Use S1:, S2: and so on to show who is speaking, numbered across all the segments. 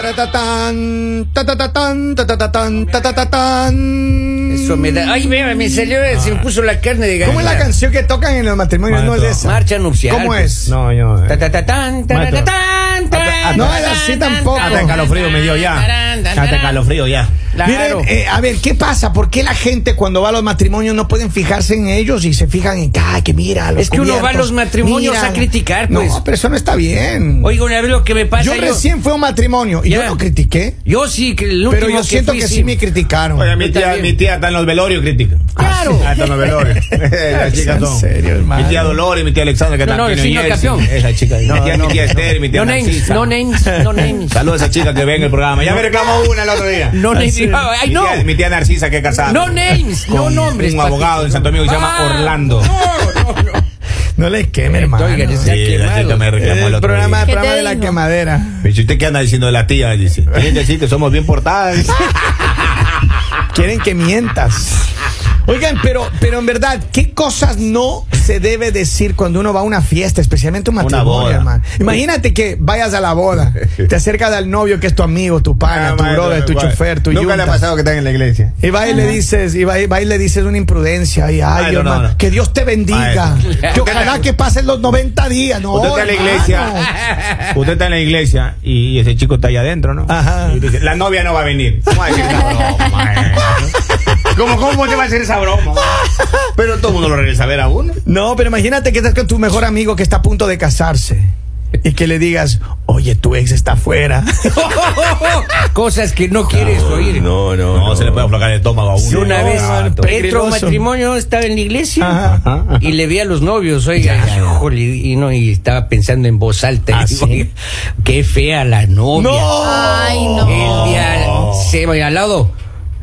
S1: Taratatán, tatatatán, tatatatán, tatatatán.
S2: Eso me da. Ay, mira, me salió, se me puso la carne de gallina.
S1: ¿Cómo es la canción que tocan en los matrimonios? No es
S3: Maestro.
S1: esa.
S2: Marcha nupcial.
S1: ¿Cómo
S2: pues.
S1: es? Ah,
S3: No, yo. eh,
S2: Ta, ta, ta, tan, ta, ta, ta, tan, tan,
S1: No,
S2: tan,
S1: así
S2: tan,
S1: tampoco.
S2: tan,
S3: Hasta
S2: tan,
S3: calofrío me dio ya.
S2: tan, tan,
S3: Hasta
S2: tan.
S3: calofrío ya.
S2: Claro.
S1: Miren, eh, a ver, ¿qué pasa? ¿Por qué la gente cuando va a los matrimonios no pueden fijarse en ellos y se fijan en, ay, que mira, los
S2: Es que uno va a
S1: cubiertos,
S2: los matrimonios a criticar, pues.
S1: No, pero eso no está bien.
S2: Oiga, una vez lo que me pasa.
S1: yo recién fui a un matrimonio y
S2: Ya.
S1: yo no critiqué,
S2: Yo sí, que el
S1: pero
S2: último
S1: yo siento
S2: fui,
S1: que sí me criticaron.
S3: Oiga, mi
S2: Yo
S3: tía,
S2: también.
S3: mi tía está en los velorios, crítica.
S2: Claro.
S3: Ah, está en los velorios. Las chicas
S1: En
S3: son.
S1: serio, hermano.
S3: Mi tía Dolores, mi tía Alexandra, que
S2: No,
S3: está
S2: no,
S3: en
S2: el signo
S3: New Jersey.
S2: campeón.
S3: Esa chica. ahí. Mi tía, mi tía Esther, y mi tía
S2: No names,
S3: Narcisa.
S2: no names, no names.
S3: Saludos a esa chica que ve en el programa. Ya me reclamó una el otro día.
S2: No names. Ay,
S3: Mi
S2: no.
S3: tía- Mi tía Narcisa, que es casada.
S2: No names,
S3: Con
S2: no nombres.
S3: Un abogado
S2: Paquito.
S3: en Santo Domingo que se llama
S2: Ah,
S3: Orlando.
S2: No, no, no.
S1: No les queme, hermano.
S2: Eh, Oiga, ya se ha
S3: Sí, la
S2: quemado.
S3: chica me reclamó el
S1: el
S3: otro
S1: Eh, programa,
S3: día.
S1: el
S4: ¿Qué te
S1: programa de la
S4: dijo?
S1: quemadera.
S3: Me dice, ¿usted qué anda diciendo de la tía? Dice, quieren decir que somos bien portadas. Dice.
S1: Quieren que mientas. Oigan, pero, pero en verdad, ¿qué cosas no se debe decir cuando uno va a una fiesta, especialmente un matrimonio,
S3: boda.
S1: hermano? Imagínate que vayas a la boda, te acercas al novio que es tu amigo, tu pana,
S3: Ah,
S1: tu
S3: maestro,
S1: brother, tu
S3: igual.
S1: chofer, tu
S3: Nunca le ha
S1: yunta.
S3: pasado que están en la iglesia.
S1: Y va y le dices, y va y, va y le dices una imprudencia, y ay,
S3: Ay, no, no,
S1: hermano,
S3: no.
S1: que Dios te bendiga,
S3: Maestro.
S1: que ojalá que pasen los 90 días, no,
S3: Usted está en la
S1: hermano.
S3: iglesia. Usted está en la iglesia y ese chico está allá adentro, ¿no?
S1: Ajá.
S3: Y dice, la novia no va a venir. ¿Cómo va a decir esa broma? eh? ¿Cómo, ¿Cómo te va a hacer esa broma? Pero todo el mundo lo regresa a ver a uno.
S1: No, pero imagínate que estás con tu mejor amigo que está a punto de casarse y que le digas, oye, tu ex está afuera.
S2: Cosas que no quieres oír.
S3: No, no. No, se le puede aflojar el estómago a uno.
S2: Yo una
S3: No,
S2: vez
S3: gato.
S2: entro a un
S1: peligroso.
S2: matrimonio, estaba en la iglesia
S3: Ajá, ajá.
S2: y le vi a los novios, oiga, híjole, y, no, y estaba pensando en voz alta.
S3: ¿Ah,
S2: y digo,
S3: sí?
S2: "Oiga, qué fea la novia.
S4: Ay,
S2: El
S4: no.
S2: día se va al lado.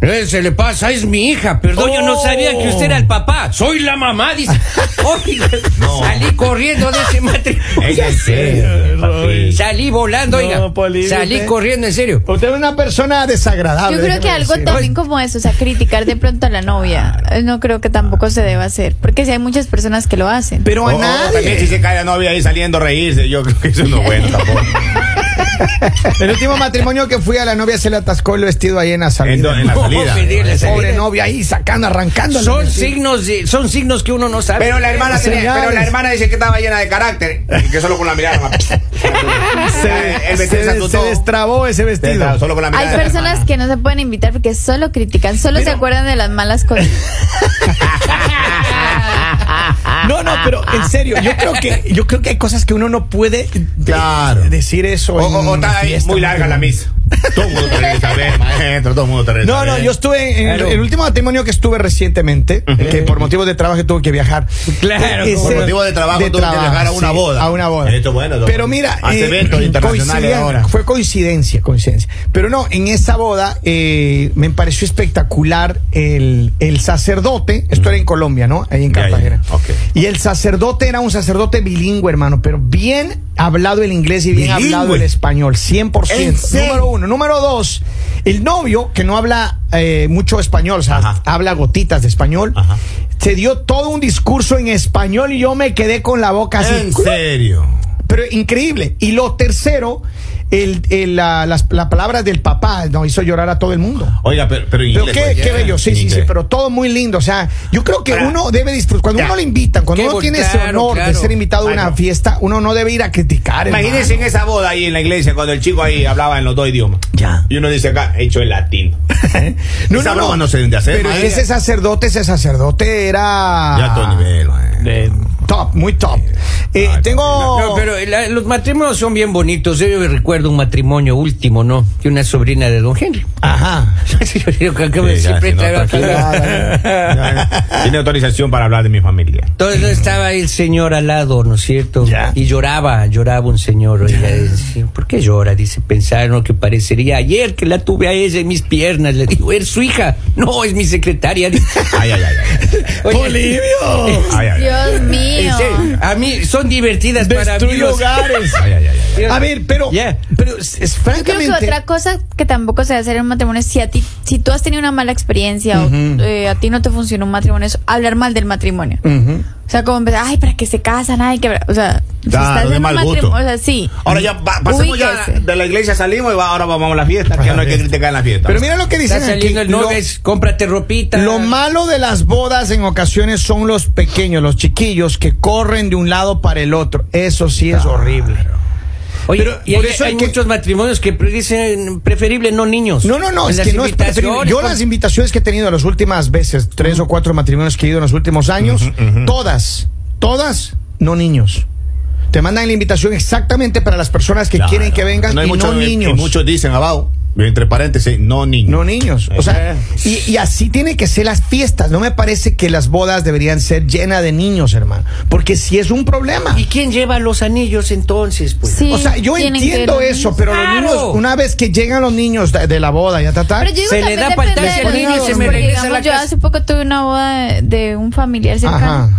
S2: "Eh, se le pasa, es mi hija. Perdón, yo no
S1: Oh.
S2: sabía que usted era el papá. Soy la mamá, dice. Oiga,
S3: No.
S2: salí corriendo de ese matrimonio.
S3: Ella es serio, papi.
S2: Salí volando,
S1: No,
S2: oiga.
S1: Polibio,
S2: salí
S1: usted-
S2: corriendo, en serio.
S1: Usted es una persona desagradable.
S4: Yo creo
S1: déjeme
S4: que algo
S1: decir.
S4: también como eso, o sea, criticar de pronto a la novia, eh, no creo que tampoco se deba hacer, porque si hay muchas personas que lo hacen.
S1: Pero a
S3: Oh, También si
S1: nadie.
S3: se cae la novia ahí saliendo a reírse, yo creo que eso no es bueno tampoco.
S1: El último matrimonio que fui a la novia se le atascó el vestido ahí en la
S3: En, do-
S1: salida.
S3: en la
S2: No,
S3: salida.
S2: pedirle
S1: Pobre
S2: salida.
S1: novia ahí sacando, arrancando.
S2: Son signos, de- son signos que uno no sabe.
S3: Pero la hermana tenía- pero la hermana dice que estaba llena de carácter y que solo con la mirada. mamá.
S1: se,
S3: Ah, El
S1: se-
S3: vestido se
S1: se
S3: atutó.
S1: destrabó ese vestido.
S3: Solo con la mirada.
S4: Hay
S3: de la
S4: personas que no se pueden invitar porque solo critican, solo se acuerdan de las malas cosas.
S1: No, no, pero en serio, yo creo que yo creo que hay cosas que uno no puede de-
S3: Claro.
S1: decir eso.
S3: O, o-
S1: en
S3: o
S1: una
S3: está ahí
S1: fiesta,
S3: muy larga la misa. Todo el mundo te regresa a ver, maestro. Todo el mundo te regresa
S1: No,
S3: a
S1: no,
S3: ver.
S1: yo estuve en el-
S2: Claro.
S1: el último matrimonio que estuve recientemente, que por motivos de trabajo tuve que viajar.
S2: Claro,
S1: Ese-
S3: Por motivo de trabajo tuve que
S1: trabajo,
S3: viajar a una
S1: sí,
S3: boda.
S1: A una boda.
S3: Esto es bueno, doctor.
S1: Pero mira,
S3: Hace eventos internacionales
S1: coincidía-
S3: ahora.
S1: fue coincidencia, coincidencia. Pero no, en esa boda eh, me pareció espectacular el, el sacerdote, esto era en Colombia, ¿no? Ahí en
S3: Ya, ya,
S1: Cartagena.
S3: ok.
S1: Y el sacerdote era un sacerdote bilingüe, hermano, pero bien hablado el inglés y bien
S3: Bilingüe.
S1: hablado el español, 100%.
S3: ¿En serio?
S1: Número uno. Número dos, el novio, que no habla eh, mucho español, o sea,
S3: Ajá.
S1: habla gotitas de español,
S3: Ajá.
S1: se dio todo un discurso en español y yo me quedé con la boca así.
S3: En serio.
S1: Pero increíble. Y lo tercero, el, el- la, las la palabra del papá nos hizo llorar a todo el mundo.
S3: Oiga, pero, pero
S1: Pero
S3: inglés.
S1: qué,
S3: pues,
S1: qué
S3: ya.
S1: bello, sí, sí, sí,
S3: Inglés.
S1: pero todo muy lindo. O sea, yo creo que
S3: Ahora,
S1: uno debe disfrutar. Cuando
S3: ya.
S1: uno le invitan, cuando
S2: Qué
S1: uno
S2: bo-
S1: tiene ese
S2: claro,
S1: honor
S2: claro.
S1: de ser invitado a
S3: Ay,
S1: una
S3: no.
S1: fiesta, uno no debe ir a criticar.
S3: Imagínense en
S1: hermano.
S3: esa boda ahí en la iglesia cuando el chico ahí hablaba en los dos idiomas.
S1: Ya.
S3: Y uno dice acá, hecho en latín.
S1: No,
S3: esa
S1: no,
S3: broma
S1: no.
S3: no se deben de hacer,
S1: Pero
S3: madre.
S1: ese sacerdote, ese sacerdote era.
S3: Ya a todo nivel, maestro.
S1: Top, muy top. Eh,
S3: Ay,
S1: tengo.
S2: No, pero la- los matrimonios son bien bonitos. Yo recuerdo un matrimonio último, ¿no? De una sobrina de don Henry.
S1: Ajá.
S2: Yo creo que acabo de
S3: Ah. Sí, ya,
S2: siempre
S3: si no,
S2: traer-
S3: tranquila. Ya, Tiene autorización para hablar de mi familia.
S2: Entonces no estaba el señor al lado, ¿no es cierto?
S1: Ya.
S2: Y lloraba, lloraba un señor. oiga, dice, ¿Por qué llora? Dice, pensaron que parecería ayer que la tuve a ella en mis piernas. Le digo, ¿es su hija? No, es mi secretaria. Dice,
S3: Ay, ay, ay. ay,
S2: oye,
S1: ¡Polivio!
S3: ay, ay, ay.
S4: Dios
S2: en
S4: mío.
S2: serio, a mí son divertidas para mí.
S1: Destruye
S2: los-
S1: hogares.
S3: Ay, ay, ay, ay.
S1: A ver, pero.
S2: Ya.
S1: Pero es- es
S4: Yo creo que
S1: francamente.
S4: otra cosa que tampoco se debe hacer en un matrimonio, si a ti, si tú has tenido una mala experiencia
S1: Ujú.
S4: o eh, a ti no te funcionó un matrimonio, es hablar mal del matrimonio.
S1: Ujú.
S4: O sea, como empezar, ay, para que se casan, ay, que. O sea, si
S3: Claro, de
S4: estás en un
S3: mal gusto.
S4: matrimonio, o sea, sí.
S3: Ahora ya va- pasemos ya
S4: Ubíquese.
S3: de la iglesia, salimos y va- ahora vamos a la fiesta, que no hay que criticar en la fiesta.
S1: Pero mira lo que
S2: Está
S1: dicen aquí.
S2: saliendo el
S1: Lo-
S2: novio, es, cómprate ropita.
S1: Lo malo de las bodas en ocasiones son los pequeños, los chiquillos que corren de un lado para el otro. Eso sí es horrible.
S2: Oye,
S1: Pero
S2: y
S1: por
S2: hay,
S1: eso hay
S2: hay
S1: que-
S2: muchos matrimonios que pre- dicen preferible no niños.
S1: No, no, no,
S2: En
S1: es
S2: las
S1: que no es
S2: invitaciones,
S1: preferible. Yo
S2: con-
S1: las invitaciones que he tenido las últimas veces, tres o cuatro matrimonios que he ido en los últimos años, todas, todas, no niños. Te mandan la invitación exactamente para las personas que
S3: Claro.
S1: quieren que vengan y
S3: mucho-
S1: no
S3: y-
S1: niños.
S3: Y muchos dicen abajo, entre paréntesis, no niños. Eh.
S1: No niños. O sea, y, y así tienen que ser las fiestas. No me parece que las bodas deberían ser llenas de niños, hermano. Porque si es un problema.
S2: ¿Y quién lleva los anillos entonces? Pues?
S4: Sí,
S1: O sea, yo
S4: tienen que
S1: entiendo
S4: los
S1: eso,
S4: niños.
S1: pero
S2: ¡Claro!
S1: los niños, una vez que llegan los niños de, de la boda, ya está
S4: Pero yo digo
S2: Se le
S4: también
S2: da para
S4: depende
S2: atrás
S4: de
S1: el
S4: los
S1: niño y se
S4: niños,
S1: me
S4: porque,
S2: regresa a la
S4: digamos, yo
S2: casa.
S4: hace poco tuve una boda de, de un familiar cercano.
S1: Ajá.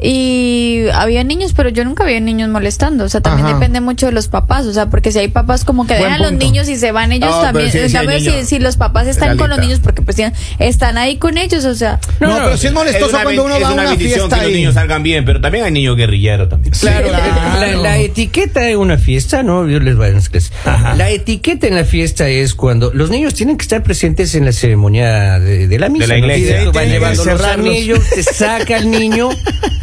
S4: Y había niños, pero yo nunca vi niños molestando. O sea, también
S1: Ajá.
S4: depende mucho de los papás. O sea, porque si hay papás como que
S1: Buen
S4: dejan a los
S1: punto.
S4: niños y se van ellos
S3: No,
S4: también.
S3: pero sí, sí hay
S4: también si,
S3: niños.
S4: si los papás están con los
S3: Lalita.
S4: niños, porque pues tienen- están ahí con ellos. O sea,
S1: No, pero si es molestoso
S3: una
S1: cuando
S3: ben-
S1: uno va a una
S3: bendición
S1: fiesta
S3: que
S1: y...
S3: los niños salgan bien, pero también hay niños guerrilleros también.
S1: Claro,
S2: La, la- la etiqueta de una fiesta, no, yo les voy a dar unas clases. La etiqueta en la fiesta es cuando los niños tielen que estar presentes en la ceremonia de, de la misa.
S3: De la
S2: ¿no?
S3: iglesia.
S2: Y de ahí
S1: Tienen
S2: van
S1: que
S2: llevando los
S1: cerrarlos.
S2: anillos, te saca al niño,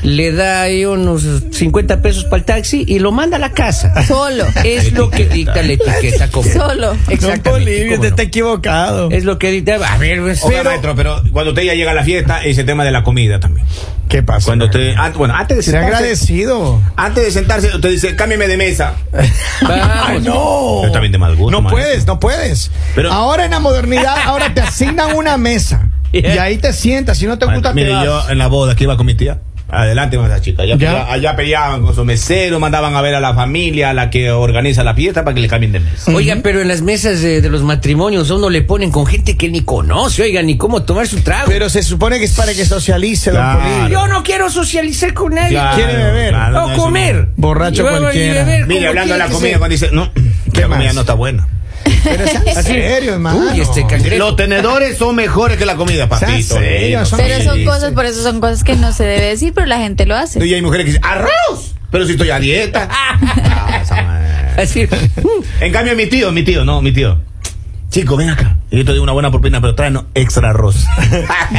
S2: le da ahí unos 50 pesos para el taxi y lo manda a la casa.
S4: solo.
S2: Es lo que dicta la etiqueta. como-
S4: Solo.
S2: Exactamente, cómo no.
S1: equivocado.
S2: Es lo que dicta. A ver, pues,
S3: Oiga, maestro, pero cuando usted ya llega a la fiesta, ese tema de la comida también.
S1: ¿Qué pasa?
S3: Cuando usted, ah, bueno, antes de
S1: Se ha
S3: sentarse,
S1: agradecido.
S3: antes de sentarse, usted dice, cámbiame de mesa.
S1: Ay,
S2: vamos.
S1: no.
S3: Pero también de mal gusto,
S1: Oh. No
S3: maestro.
S1: puedes, no puedes.
S3: Pero-
S1: ahora en la modernidad, ahora te asignan una mesa.
S2: Yeah.
S1: Y ahí te sientas. Si no te gusta,
S3: Maestro, Mire,
S1: te vas.
S3: yo eh, en la boda que iba con mi tía. Adelante con esa chica. Allá,
S1: Ya.
S3: pelea- allá peleaban con su mesero, mandaban a ver a la familia, a la que organiza la fiesta, para que le cambien de mesa.
S2: Oigan, pero en las mesas de, de los matrimonios a uno le ponen con gente que ni conoce, oigan, ni cómo tomar su trago.
S1: Pero se supone que es para que socialice,
S3: Claro.
S1: don Polibio.
S2: Yo no quiero socializar con nadie.
S3: Ah, Claro,
S1: quiere beber.
S3: claro, no,
S2: o
S3: eso
S2: comer.
S3: no.
S1: Borracho
S2: Y luego- y
S1: cualquiera.
S2: beber
S3: Mire,
S2: como
S3: hablando
S2: quiera
S3: de la
S2: que
S3: comida,
S2: sea.
S3: cuando dice, no,
S1: ¿Qué
S3: la comida
S1: más?
S3: no está buena.
S1: Pero es en
S2: Así.
S1: serio, hermano.
S2: Uy, este cangrejo.
S3: Los tenedores son mejores que la comida,
S1: sea
S3: papito.
S1: serio,
S3: eh, no
S1: son-
S3: sé.
S4: Pero
S1: Sí,
S4: son
S1: sí.
S4: cosas, por eso son cosas que no se debe decir, pero la gente lo hace.
S3: Y hay mujeres que dicen, ¡arroz! Pero si estoy a dieta. Ah, esa madre.
S2: Así. uh,
S3: en cambio, mi tío, mi tío, no, mi tío. Chico, ven acá. Y yo te doy una buena propina, pero tráenos extra arroz.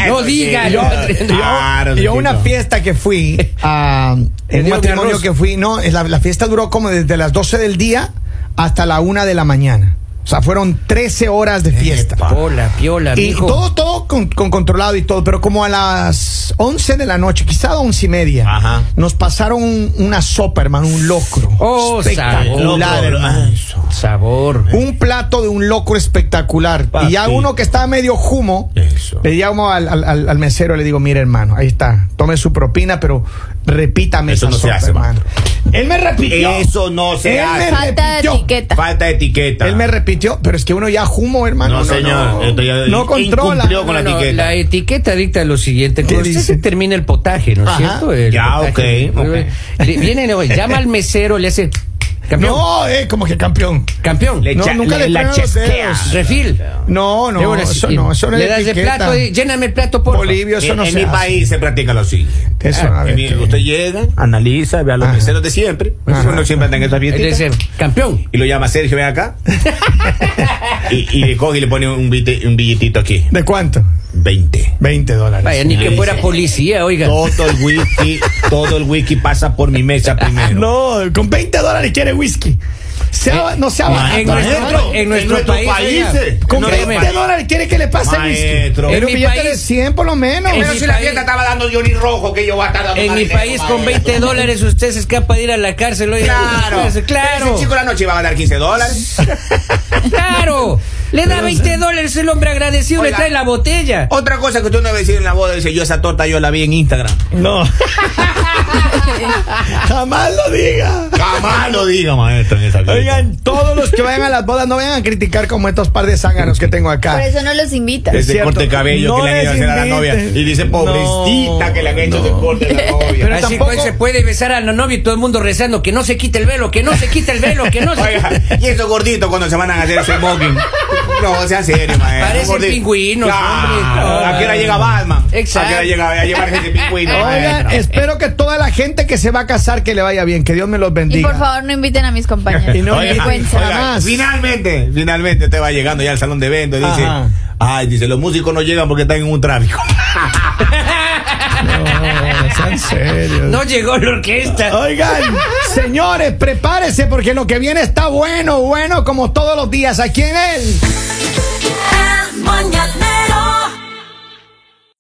S2: No diga,
S3: Yo,
S2: yo-
S3: claro,
S1: yo a una
S3: chico.
S1: fiesta que fui, a
S2: Te
S1: un
S2: dieron
S1: matrimonio
S2: arroz.
S1: que fui, no, es la, la fiesta duró como desde las 12 del día hasta la 1 de la mañana. O sea, fueron 13 horas de fiesta.
S2: Pola, piola,
S1: Y
S2: mijo.
S1: todo, todo con, con controlado y todo, pero como a las 11 de la noche, quizá 11 y media,
S3: Ajá.
S1: nos pasaron un- una sopa, hermano, un locro.
S2: Oh,
S1: espectacular,
S3: sabor.
S1: hermano.
S2: Sabor.
S1: Un plato de un locro espectacular.
S3: Papi.
S1: Y ya uno que estaba medio humo,
S3: Eso.
S1: le llamo al, al- al- al mesero y le digo, mire hermano, ahí está, tome su propina, pero repítame
S3: Eso
S1: esa
S3: no se
S1: sopa,
S3: hace,
S1: hermano. Él me repitió.
S3: Eso no se
S1: Él
S3: hace.
S1: me
S4: Falta de
S1: repitió.
S4: etiqueta.
S3: Falta de etiqueta.
S1: Él me repitió, pero es que uno ya humo, hermano.
S3: No, señor,
S1: no.
S3: esto ya
S1: No controla.
S3: incumplió con la etiqueta.
S2: la etiqueta dicta lo siguiente:
S1: ¿Qué
S2: cuando usted
S1: dice?
S2: se termina el potaje, ¿no
S1: Ajá.
S2: es cierto? El
S3: Ya,
S2: potaje.
S3: ok, ok.
S2: Le- Viene, le- llama al mesero, le hace. Campeón.
S1: No, eh, como que campeón.
S2: Campeón.
S3: Le
S1: No,
S3: echa-
S1: nunca le
S3: la
S1: ponen los
S3: chasquea.
S1: dedos.
S2: Refil.
S1: No, no,
S2: Luego le-
S1: eso no, eso no es
S2: Le das el
S1: etiqueta.
S2: plato, y, lléname el plato, por
S1: Bolivia, eso
S3: en
S1: no
S3: en
S1: se
S3: mi
S1: hace.
S3: país se practica lo siguiente.
S1: Eso, a
S3: En
S1: ver,
S3: mi-
S1: qué-
S3: Ah, usted llega, analiza, ve a los
S1: Ajá.
S3: meseros de siempre.
S1: Ajá.
S3: Uno siempre anda en esa
S2: Le
S3: fiesta.
S2: dice, campeón.
S3: Y lo llama Sergio, ven acá. y, y le coge y le pone un, billete- un billetito aquí.
S1: ¿De cuánto?
S3: 20.
S1: 20 dólares.
S2: Vaya, ni que
S3: Sí.
S2: fuera policía, oiga.
S3: Todo el whisky, todo el whisky pasa por mi mesa primero.
S1: No, con 20 dólares quiere whisky. Se ha- no se ha
S3: Ma-
S2: Eh, en
S1: barato, ¿eh?
S2: nuestro-
S1: hermano.
S2: en nuestro país, oiga.
S1: Con
S2: no,
S1: 20
S2: créeme.
S1: dólares quiere que le pase el whisky.
S3: Maestro.
S1: Era un
S2: En mi
S1: billete de
S2: país-
S1: 100 por lo menos.
S2: En
S3: Pero
S2: mi
S3: si la
S2: país-
S3: fiesta estaba dando Johnny Rojo, que yo voy a estar dando
S2: En
S3: más
S2: mi
S3: dinero,
S2: país con
S3: maestro.
S2: 20 dólares usted se escapa de ir a la cárcel. oiga.
S3: Claro,
S2: Pues, claro,
S3: Ese chico de la noche iba a ganar 15 dólares.
S2: claro. Le da 20 dólares el hombre agradecido,
S3: Oiga.
S2: le trae la botella.
S3: Otra cosa que usted no debe decir en la boda, dice, yo esa torta yo la vi en Instagram.
S1: No. Jamás lo diga.
S3: Jamás lo diga, maestro, en esa fiesta.
S1: Oigan, todos los que vayan a las bodas no vayan a criticar como estos par de zánganos que tengo acá.
S4: Por eso no los invitas.
S1: Es
S3: ese
S1: cierto.
S3: corte de cabello
S1: No
S3: que le han ido a hacer a la
S1: les
S3: novia.
S1: inviten.
S3: Y dice, pobrecita
S1: No,
S3: que le han hecho
S1: no.
S3: ese corte a la novia.
S1: Pero
S2: Así
S1: tampoco-
S2: pues se puede besar a la novia y todo el mundo rezando que no se quite el velo, que no se quite el velo, que no se
S3: Oiga, y esos gorditos cuando se van a hacer ese mocking. No, sea serio, maestro.
S2: Parecen
S3: Por Dios.
S2: pingüinos, hombre. No,
S3: ¿A qué hora
S2: maestro.
S3: llega Batman?
S2: Exacto.
S3: ¿A qué hora llega a llevar gente pingüino?
S1: Oigan,
S3: maestro?
S1: espero que toda la gente que se va a casar que le vaya bien, que Dios me los
S4: Y
S1: bendiga.
S4: por favor no inviten a mis compañeros.
S1: Y no
S4: Qué
S1: inviten-
S4: vergüenza.
S1: Oiga, más.
S3: Finalmente, finalmente te va llegando ya al salón de eventos. Dice,
S1: Ajá.
S3: ay, dice, los músicos no llegan porque están en un tráfico.
S1: No, sean serios.
S2: No llegó la orquesta.
S1: Oigan, señores, prepárese porque lo que viene está bueno, bueno como todos los días aquí en él.
S5: El mañanero